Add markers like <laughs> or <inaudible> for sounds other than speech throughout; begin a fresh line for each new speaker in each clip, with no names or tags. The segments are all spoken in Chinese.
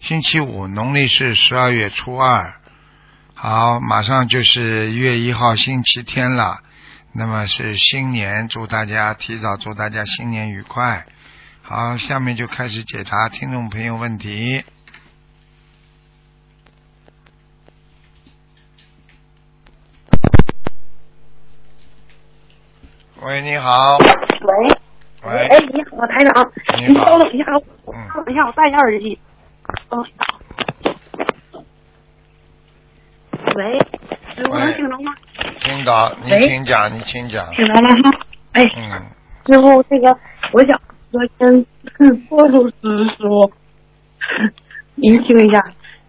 星期五，农历是十二月初二。好，马上就是一月一号星期天了，那么是新年，祝大家提早祝大家新年愉快。好，下面就开始解答听众朋友问题。喂，你好，
喂，
喂，
哎，你好，台长，
你
您
好
稍等一下，我
嗯
稍等一下，我戴一下耳机。哦，喂，哎我能听着吗？
听到，你
喂
请讲，你请讲，
听着了哈。哎，
嗯，
最后这个，我想说跟跟郭老师说，您听一下，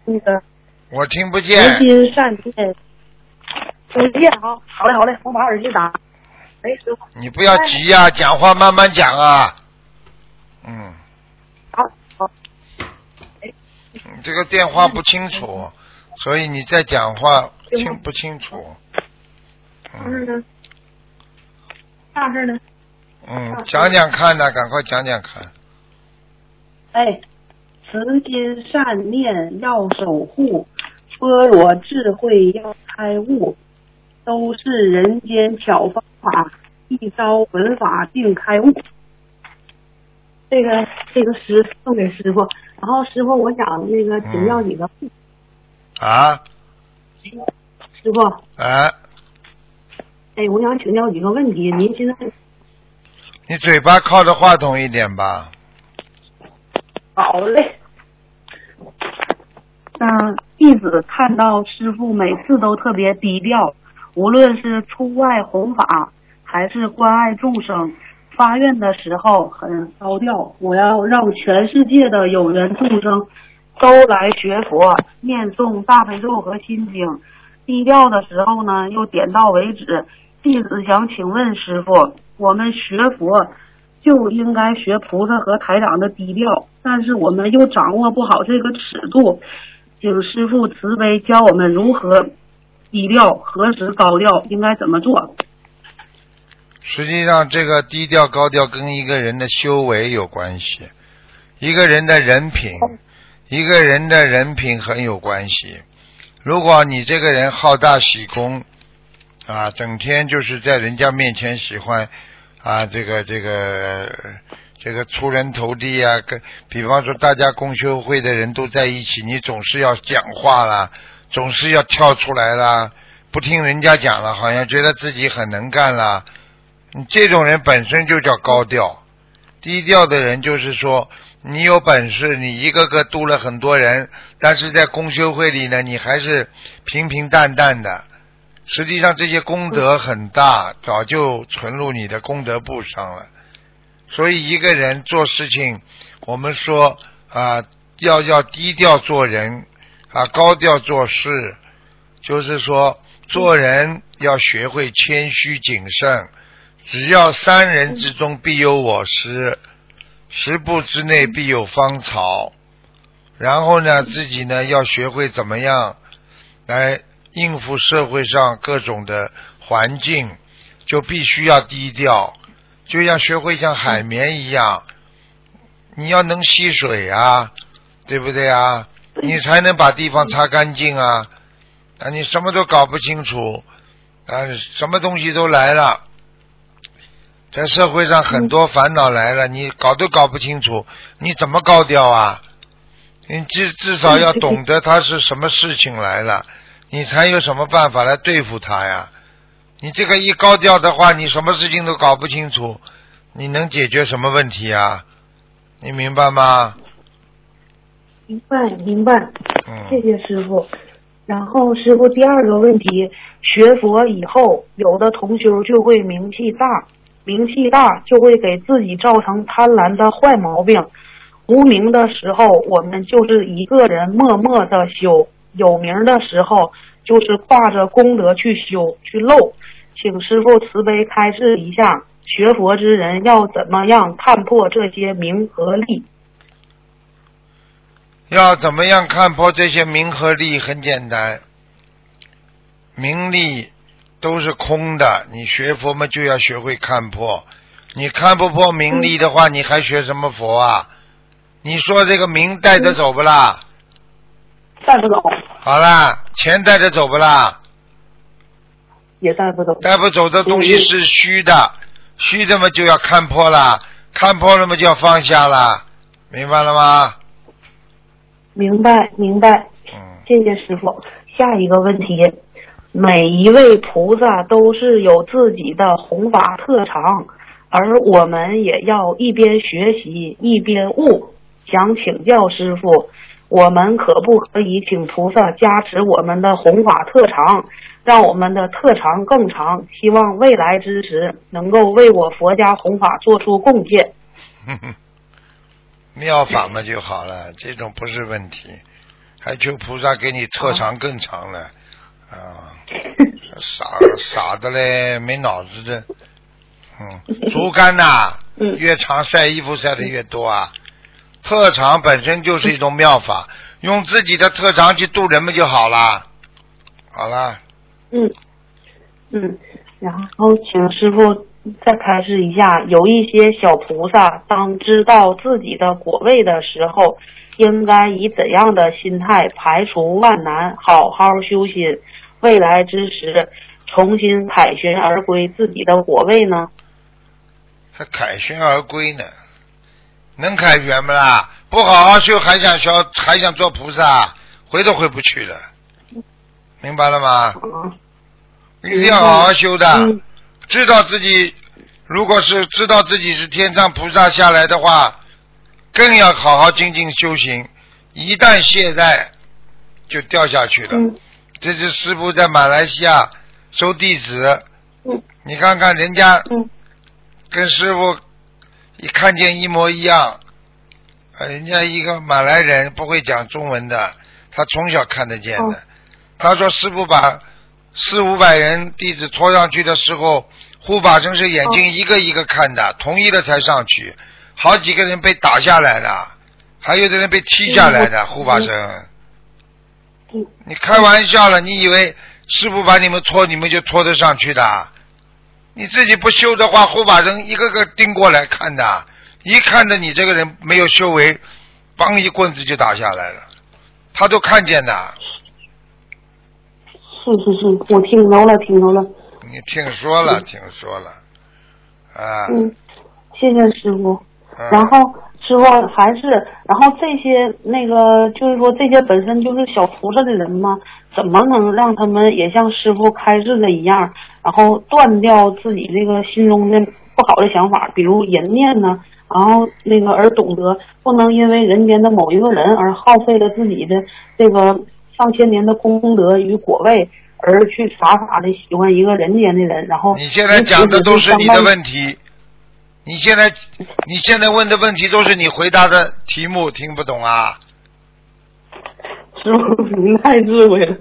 那个
我听不
人
见，
心善变，再见啊！好嘞，好嘞，我把耳机打。哎，师傅，
你不要急呀、讲话慢慢讲啊，嗯，
好，好，
你这个电话不清楚，所以你在讲话听不清楚，
完事
嗯
呢？啥事呢？
嗯，讲讲看呐、赶快讲讲看，
哎，慈心善念要守护，般若智慧要开悟，都是人间巧方法，一招文法定开悟。这个这个诗送给师傅，然后师傅，我想那个请教你个问题
啊
师傅，
啊，
哎，我想请教几个问题。您现在
你嘴巴靠着话筒一点吧，
好嘞。
嗯，弟子看到师傅每次都特别低调，无论是出外弘法，还是关爱众生，发愿的时候很高调。我要让全世界的有缘众生都来学佛，念诵大悲咒和心经。低调的时候呢，又点到为止。弟子想请问师傅，我们学佛就应该学菩萨和台长的低调，但是我们又掌握不好这个尺度，请师傅慈悲教我们如何低调，何时高调，应该怎么做？
实际上，这个低调高调跟一个人的修为有关系，一个人的人品，一个人的人品很有关系。如果你这个人好大喜功，啊，整天就是在人家面前喜欢啊，这个这个这个出人头地啊，跟比方说大家共修会的人都在一起，你总是要讲话啦，总是要跳出来啦，不听人家讲了，好像觉得自己很能干啦。你这种人本身就叫高调，低调的人就是说，你有本事，你一个个度了很多人，但是在公修会里呢，你还是平平淡淡的。实际上这些功德很大，早就存入你的功德簿上了。所以一个人做事情，我们说啊、要要低调做人，啊，高调做事，就是说做人要学会谦虚谨慎。只要三人之中必有我师，十步之内必有芳草。然后呢，自己呢要学会怎么样来应付社会上各种的环境，就必须要低调，就要学会像海绵一样，你要能吸水啊，对不对啊？你才能把地方擦干净啊！啊，你什么都搞不清楚，啊，什么东西都来了。在社会上很多烦恼来
嗯
了，你搞都搞不清楚，你怎么高调啊？你至至少要懂得他是什么事情来
<laughs>
了，你才有什么办法来对付他呀？你这个一高调的话，你什么事情都搞不清楚，你能解决什么问题啊？你明白吗？
明白，明白。谢
嗯，
谢师傅。然后师傅第二个问题，学佛以后，有的同修就会名气大，名气大就会给自己造成贪婪的坏毛病。无名的时候，我们就是一个人默默的修，
有名儿的时候，就是挂着功德去修去漏，请师傅慈悲开示一下，学佛之人要怎么样看破这些名和利？
要怎么样看破这些名和利？很简单，名利都是空的。你学佛嘛，就要学会看破。你看不破名利的话，你还学什么佛啊？你说这个名带着走不啦？
带不走，
好啦，钱带着走不啦？
也带不走。
带不走的东西是虚的，虚的嘛就要看破啦，看破了嘛就要放下啦，明白了吗？
明白，明白。
嗯，
谢谢师傅。下一个问题，每一位菩萨都是有自己的弘法特长，而我们也要一边学习一边悟。想请教师傅，我们可不可以请菩萨加持我们的弘法特长，让我们的特长更长？希望未来之时能够为我佛家弘法做出贡献。
哼哼，妙法嘛就好了，这种不是问题，还求菩萨给你特长更长了，啊，傻傻的嘞，没脑子的，嗯，竹竿呐、
嗯
越长晒衣服晒的越多啊，特长本身就是一种妙法，用自己的特长去度人们就好啦，好啦，
嗯，嗯，然后请师傅再开示一下，有一些小菩萨当知道自己的果位的时候，应该以怎样的心态排除万难，好好修心，未来之时重新凯旋而归自己的果位呢？
还凯旋而归呢，能凯旋不啦？不好好修，还想修，还想做菩萨，回都回不去了，明白了吗？
啊，
一定要好好修的，
嗯
知道自己如果是知道自己是天上菩萨下来的话，更要好好精进修行。一旦懈怠，就掉下去了。
嗯
这是师傅在马来西亚收弟子，
嗯
你看看人家
嗯
跟师傅一看见一模一样。呃，人家一个马来人不会讲中文的，他从小看得见的。
哦
他说师傅把四五百人弟子拖上去的时候，护法神是眼
哦
睛一个一个看的，同意了才上去。好几个人被打下来的，还有的人被踢下来的，
嗯
护法神。
嗯
你开玩笑了？你以为师傅把你们拖，你们就拖得上去的啊？你自己不修的话，护法神一个个盯过来看的，一看着你这个人没有修为，梆一棍子就打下来了，他都看见的。
是是是，我听着了，听着了。
你听说了，听说了，啊，
嗯，谢谢师傅。
嗯
然后师傅还是，然后这些那个就是说这些本身就是小菩萨的人嘛，怎么能让他们也像师傅开示的一样，然后断掉自己这个心中的不好的想法，比如淫念呢？然后那个而懂得不能因为人间的某一个人而耗费了自己的这个上千年的功德与果位，而去傻傻的喜欢一个人间的人，然后
你现在讲的都是你的问题，你现在你现在问的问题都是你回答的题目，听不懂啊？
<laughs> 师傅，您太智慧了。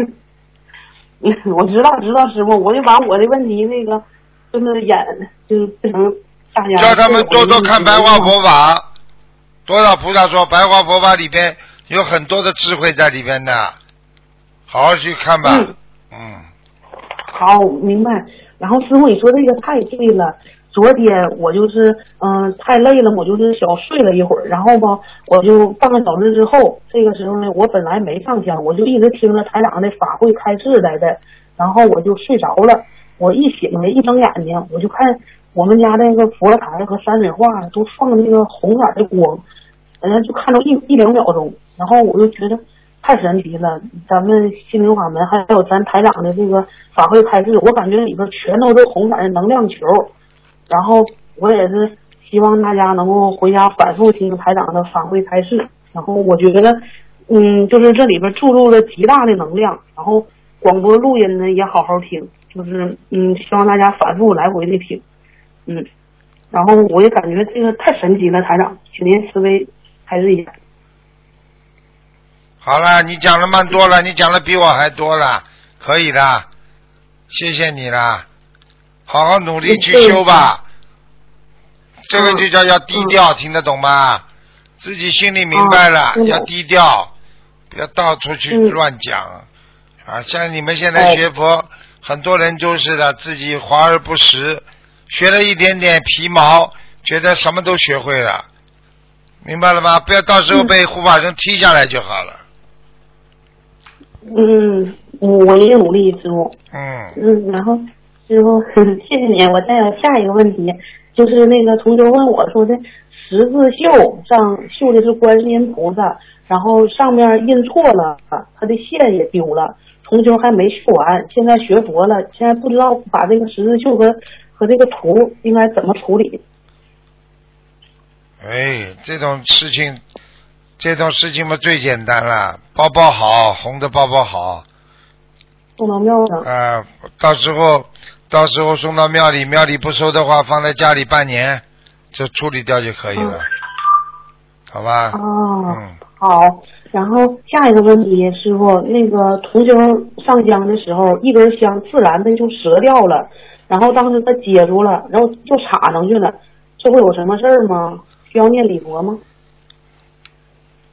<laughs> 我知道，知道师傅，我就把我的问题那个，就是演，就是变成大家
叫他们多多看白话佛法，多少菩萨说白话佛法里边有很多的智慧在里边的，好好去看吧。
嗯
嗯
好，明白。然后师傅，你说这个太对了。昨天我就是嗯、太累了，我就是小睡了一会儿，然后吧，我就半个小时之后，这个时候呢，我本来没上香，我就一直听着台长的法会开示来的，然后我就睡着了。我一醒来，一睁眼睛，我就看我们家那个佛台和山水画都放那个红色的光，然后就看到一一两秒钟，然后我就觉得太神奇了。咱们心灵法门还有咱台长的这个法会开示，我感觉里边全都是红色的能量球。然后我也是希望大家能够回家反复听台长的法会开示。然后我觉得，嗯，就是这里边注入了极大的能量。然后广播录音呢也好好听，就是嗯，希望大家反复来回的听，嗯。然后我也感觉这个太神奇了，台长，请您慈悲开示一下。
好了，你讲的慢多了，你讲的比我还多了，可以的，谢谢你啦，好好努力去修
嗯
吧。这个就叫要低调，听得懂吗？自己心里明白了，
嗯
要低调，不要到处去
嗯
乱讲。啊，像你们现
哎
在学佛，很多人就是的，自己华而不实，学了一点点皮毛，觉得什么都学会了，明白了吗？不要到时候被护法神踢下来就好了。
嗯，我我也努力师傅。
嗯，
嗯，然后 <laughs> 师傅，谢谢你。我再有下一个问题，就是那个同学问我说的十字绣上绣的是观世音菩萨，然后上面印错了，他的线也丢了。同修还没绣完，现在学佛了，现在不知道把这个十字绣和和这个图应该怎么处理。
哎，这种事情，这种事情嘛最简单了，包包好，红的包包好。
不能妙呢？
啊、到时候到时候送到庙里，庙里不收的话，放在家里半年，就处理掉就可以了，好吧？
哦，
嗯，
好，然后下一个问题，师傅，那个同修上香的时候，一根香自然的就折掉了，然后当时他接住了，然后就插上去了，这会有什么事儿吗？需要念礼佛吗？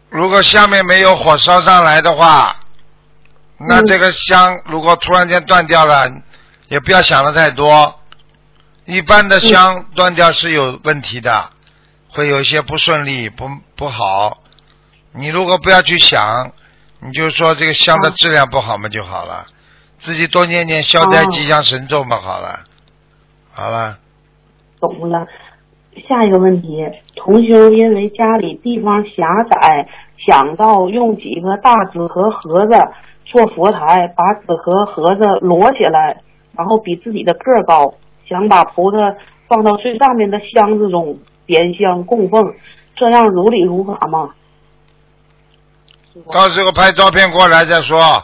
如果下面没有火烧上来的话，那
嗯
这个香如果突然间断掉了，也不要想的太多。一般的香断掉是有问题的，会有一些不顺利、不不好。你如果不要去想，你就说这个香的
哦
质量不好嘛就好了，自己多念念消灾吉祥神咒嘛好了，好了。
懂了。下一个问题，同修因为家里地方狭窄，想到用几个大纸壳盒子做佛台，把纸壳盒子摞起来，然后比自己的个儿高，想把菩萨放到最上面的箱子中点香供奉，这样如理如法吗？
到时候拍照片过来再说，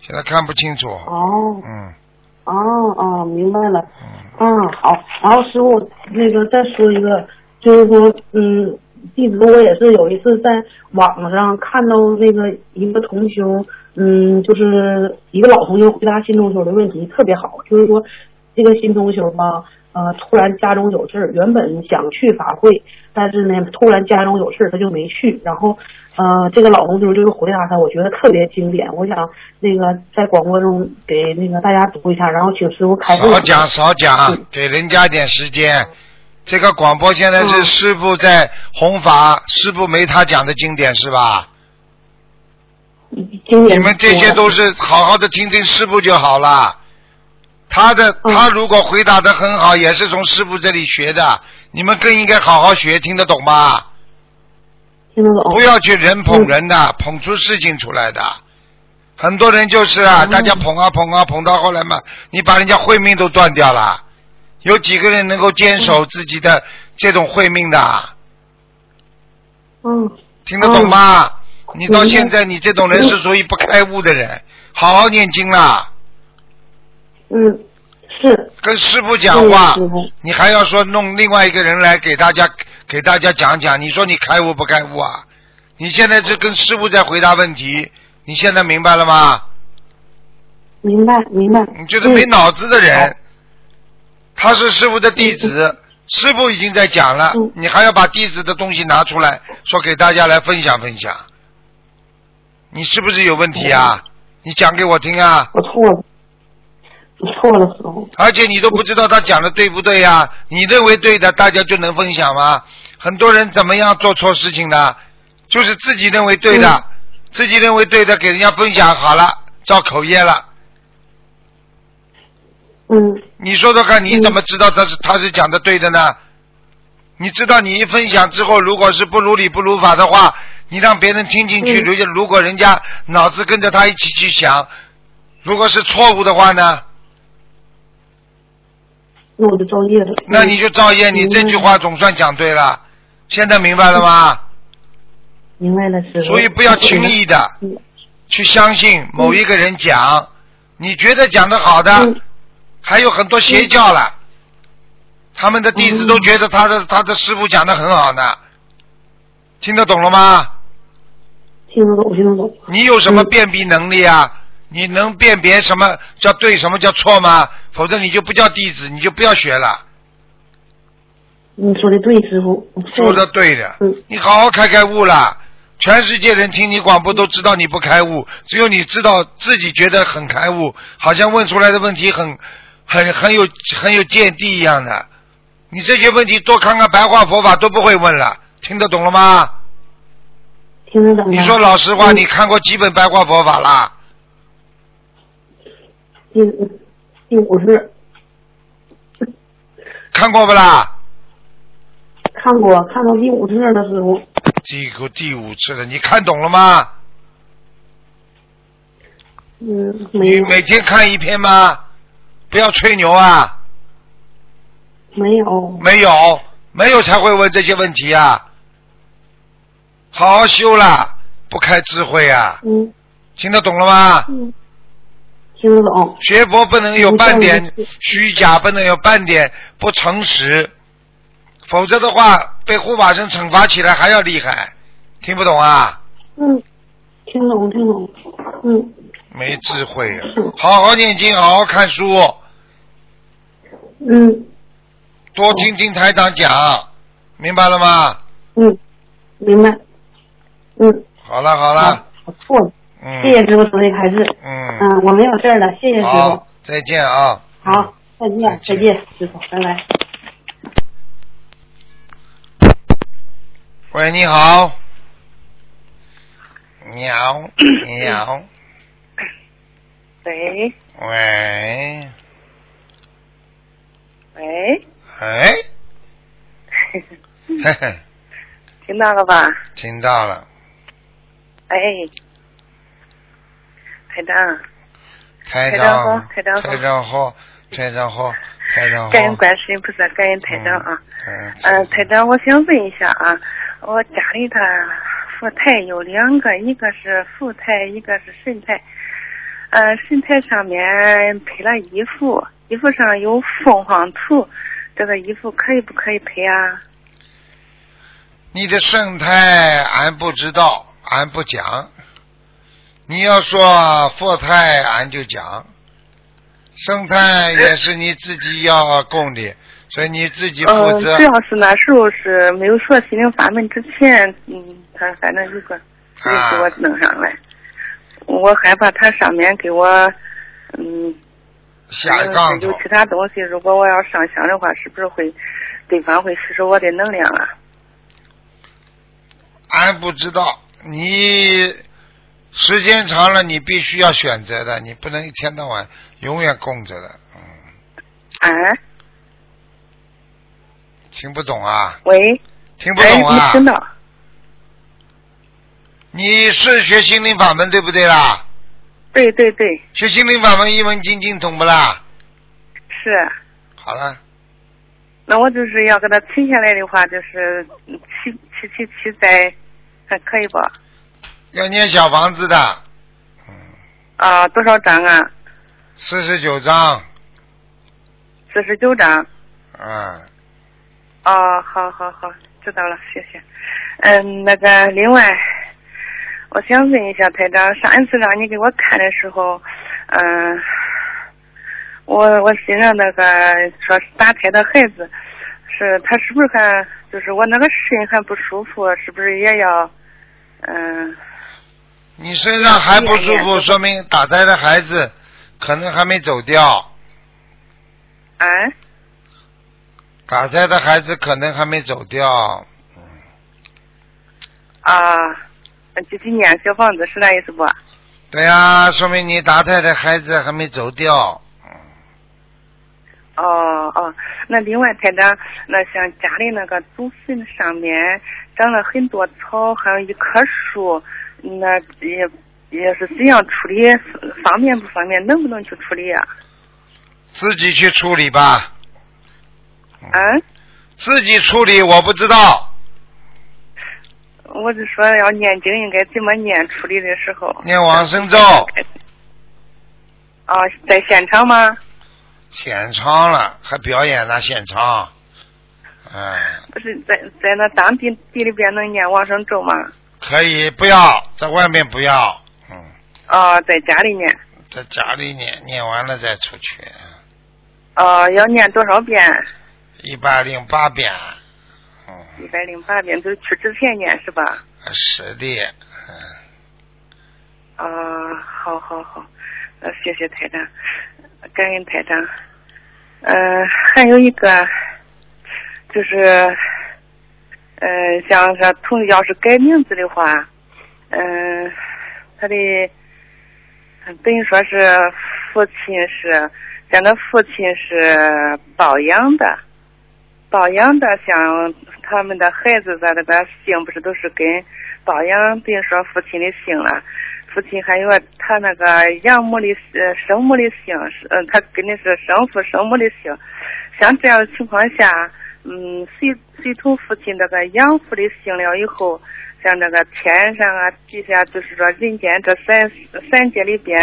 现在看不清楚。
哦，
嗯，
哦哦，明白了。嗯，好。然后师傅，那个再说一个，就是说，嗯，弟子我也是有一次在网上看到那个一个同修，嗯，就是一个老同修回答新同修的问题特别好，就是说这个新同修吧，呃，突然家中有事儿，原本想去法会，但是呢，突然家中有事儿他就没去。然后，呃，这个老同修就是回答他，我觉得特别经典，我想那个在广播中给那个大家读一下，然后请师傅开示。
少讲少讲
嗯，
给人家点时间。这个广播现在是
嗯
师傅在弘法，师傅没他讲的经典是吧？
今年
你们这些都是好好的听听师傅就好了。他的
嗯
他如果回答的很好，也是从师傅这里学的，你们更应该好好学，听得懂吗？
听得懂
不，要去人捧人的，捧出事情出来的。很多人就是啊，大家捧啊捧啊捧到后来嘛，你把人家慧命都断掉了。有几个人能够坚守自己的这种慧命的？
嗯，
听得懂吗？你到现在你这种人是属于不开悟的人，好好念经啦，
嗯，是
跟师傅讲话
对师父，
你还要说弄另外一个人来给大家给大家讲讲，你说你开悟不开悟啊？你现在是跟师傅在回答问题，你现在明白了吗？
明白明白。
你就是没
嗯
脑子的人。他是师傅的弟子，师傅已经在讲了
嗯，
你还要把弟子的东西拿出来，说给大家来分享分享。你是不是有问题啊？
嗯
你讲给我听啊！
我错了，我错了，师傅。
而且你都不知道他讲的对不对呀、你认为对的，大家就能分享吗？很多人怎么样做错事情的，就是自己认为对的，
嗯
自己认为对的给人家分享好了，造口业了。
嗯
你说说看，你
嗯
怎么知道他是他是讲的对的呢？你知道你一分享之后，如果是不如理不如法的话，你让别人听进去，
嗯
如果如果人家脑子跟着他一起去想，如果是错误的话呢，
那我就造业了。
那你就照验。你
明白
这句话总算讲对了，现在明白了吗？
明白了，师傅。
所以不要轻易的
嗯。
去相信某一个人讲，你觉得讲的好的，
嗯
还有很多邪教了，他们的弟子都觉得他的、他的师傅讲的很好呢，听得懂了吗？
听得懂，听得懂。
你有什么辨别能力啊？你能辨别什么叫对，什么叫错吗？否则你就不叫弟子，你就不要学了。
你说的对，师傅。我错
说
了
的对的
嗯，
你好好开开悟啦！全世界人听你广
嗯
播都知道你不开悟，只有你知道自己觉得很开悟，好像问出来的问题很、很、很有、很有见地一样的。你这些问题多看看白话佛法都不会问了，听得懂了吗？
听得懂吗
你说老实话，
嗯
你看过几本白话佛法啦？
第五第五是
看过不啦？
看过，看到第五次了，师傅。
第个第五次了，你看懂了吗？
嗯，没
你
有，
每天看一篇吗？不要吹牛啊！
没有，
没有，没有才会问这些问题啊！好好修啦，不开智慧啊！
嗯
听得懂了吗？
嗯，听得懂，
学佛不能有半点
嗯
虚假，不能有半点不诚实，否则的话被护法神惩罚起来还要厉害。听不懂啊？
嗯，听懂，听懂，嗯，
没智慧啊！好好念经，好好看书，
嗯
多听听台长讲，明白了吗？
嗯，明白，嗯，
好了好了
好，，我错了，
嗯
谢谢师傅慈悲开示，
嗯，
嗯，我没有事儿了，谢谢师傅
好，，再见啊！
好，再见，
再见
再见，师傅，拜拜。
喂，你好。鸟鸟，
喂
喂，
喂， <laughs>
哎，嘿嘿，
听到了吧？
听到了，
哎，台长，
台
长
长
好，台长好
台长好，台长好，台长好。
感恩观世音菩萨，感恩台长啊。
哦嗯。
嗯、
嗯，
台长，我想问一下啊，我家里的佛台有两个，一个是福台，一个是神台。呃，神台上面配了衣服，衣服上有凤凰图，这个衣服可以不可以配啊？
你的圣胎俺不知道，俺不讲。你要说佛胎，俺就讲。圣胎也是你自己要供的，所以你自己
嗯、
负责。
主要是那时候是没有学心灵法门之前，嗯，他反正有个没给
啊
我弄上来，我害怕他上面给我，嗯，
下
可能
杠
是有
头
其他东西。如果我要上香的话，是不是会对方会吸收我的能量啊？
俺不知道，你时间长了，你必须要选择的，你不能一天到晚永远供着的。嗯，
啊，
听不懂啊，
喂，
听不
哎，
懂
没
啊！
听到，
你是学心灵法门对不对啦？
对对对，
学心灵法门一门精进，懂不啦？
是。
好了，
那我就是要给他取下来的话，就是七七七七在，还可以不？
要念小房子的，嗯
啊，多少张啊？
四十九章，
四十九张。
嗯，
哦，好好好，知道了，谢谢。嗯，那个，另外，我想问一下台长，上一次让你给我看的时候，嗯、我我寻着那个说是打胎的孩子，是他是不是还就是我那个肾还不舒服，是不是也要嗯、
你身上还不舒
哎呀
服，说明打胎的孩子可能还没走掉，
啊？
打胎的孩子可能还没走掉，
啊，几几年小房子是那意思不？
对呀、说明你打胎的孩子还没走掉。
哦哦，那另外台长，那像家里那个祖坟上面长了很多草，还有一棵树，那也也是怎样处理，方便不方便，能不能去处理啊？
自己去处理吧，嗯
啊，
自己处理我不知道，
我就说要念经应该怎么念，处理的时候。
念往生咒
啊，在现场吗？
显昌了，还表演了显昌，嗯，
不是在在那当地地里边能念往生咒吗？
可以不要在外面不要，嗯，
哦，在家里念，
在家里念念完了再出去，
哦，要念多少遍？
一百零八遍，嗯，
一百零八遍，就是去之前念是吧？
实的，嗯，
啊、好好好，呃，谢谢台长，感恩台长。呃，还有一个就是，呃，像说同要是改名字的话，嗯、他的等于说是父亲是，咱的父亲是包养的，包养的像他们的孩子，咱这个姓不是都是跟包养，比如说父亲的姓了，父亲还有他那个养母的呃生母的姓，是嗯，他跟的是生父生母的姓。像这样的情况下，嗯，随随同父亲这个养父的姓了以后，像这个天上啊、地下，就是说人间这三三界里边，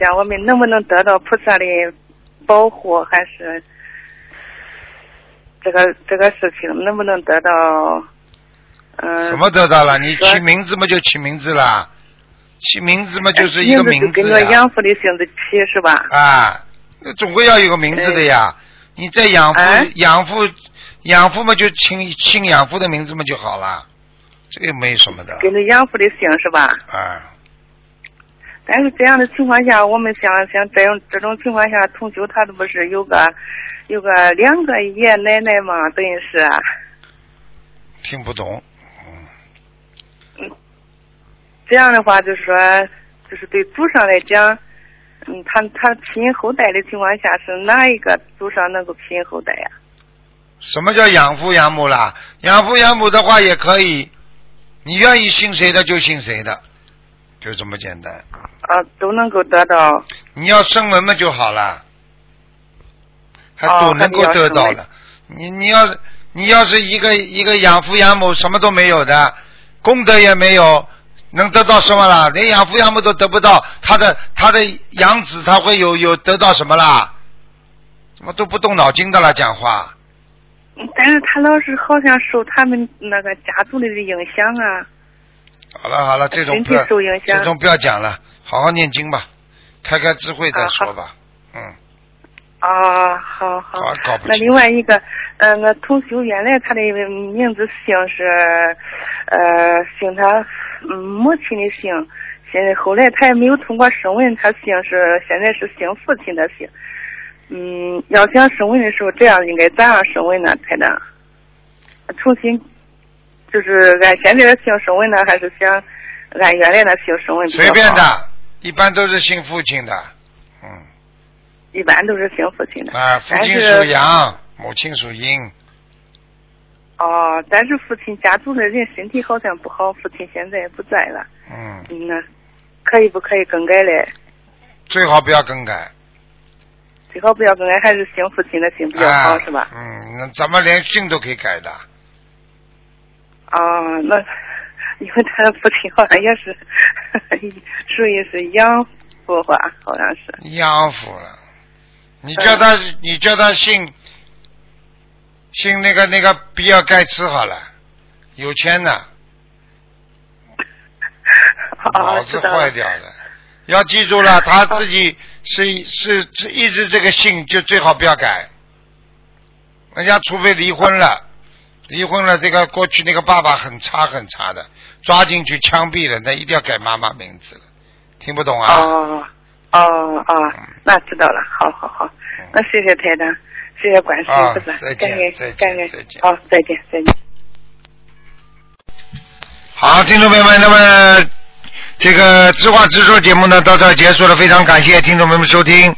像我们能不能得到菩萨的保护，还是这个这个事情能不能得到？嗯、
什么得到了？你
说
起名字嘛就起名字啦，起名字嘛就是一
名
个
字
名
就跟
字
着
呀，
养哎呃父的姓字起是吧？
啊，那总归要有个名字的呀。你在养父、
哎
养父养父嘛就请请养父的名字嘛就好了，这个没什么的
跟着养父的姓是吧？
啊。
但是这样的情况下，我们想想这种这种情况下，同修他这不是有个有个两个爷爷奶奶嘛，等于是啊
听不懂，
这样的话，就是说，就是对祖上来讲，嗯，他他拼后代的情况下，是哪一个祖上能够拼后代呀、
什么叫养父养母啦？养父养母的话也可以，你愿意信谁的就信谁的，就这么简单。
啊？都能够得到。
你要生文嘛就好了，还
哦
都能够得到了。你你要你要是一个一个养父养母什么都没有的，功德也没有，能得到什么啦？连养父养母都得不到，他的他的养子他会有有得到什么啦？怎么都不动脑筋的啦？讲话
嗯但是他老是好像受他们那个家族里的影响啊，
好了好了，这种
身
不
体
要
受影响
这。种不要讲了，好好念经吧，开开智慧再
啊好
说吧。嗯，
啊，好好。
搞搞不
那
清
另。外一个，呃，那同修原来他的名字姓是，呃，姓他嗯母亲的姓，现在后来他也没有通过声纹，他姓是现在是姓父亲的姓。嗯，要想声纹的时候，这样应该咋样声纹呢？才能重新，就是按现在的姓声纹呢，还是想按原来的姓声纹？
随便。的，一般都是信父亲的，嗯，
一般都是姓父亲的。
啊，父
但
亲
是
属阳，母亲属阴，
哦，但是父亲家族的人身体好像不好，父亲现在也不在了。
嗯，
嗯呐，可以不可以更改嘞？
最好不要更改，
最好不要更改，还是姓父亲的姓比较好，
啊，
是吧？
嗯，那咱们连姓都可以改的，
哦，那因为他的父亲好像也是，属于是养父吧，好像是。
养父了。你
嗯
叫他，你叫他姓，姓那个那个比尔盖茨好了，有钱的，
哦
脑，
知
子
道了
坏。掉了。要记住了，他自己是是是一直这个姓就最好不要改。人家除非离婚了，离婚了，这个过去那个爸爸很差很差的，抓进去枪毙了，那一定要改妈妈名字了。听不懂啊？
哦哦
嗯
哦，那知道了，好好好，那谢谢台长，谢谢关心，
啊
菩萨，
再见
感恩
再见
感恩
再见，
好，再见再见。
好，听众朋友们，那么这个《直话直说》节目呢，到这儿结束了。非常感谢听众朋友们收听。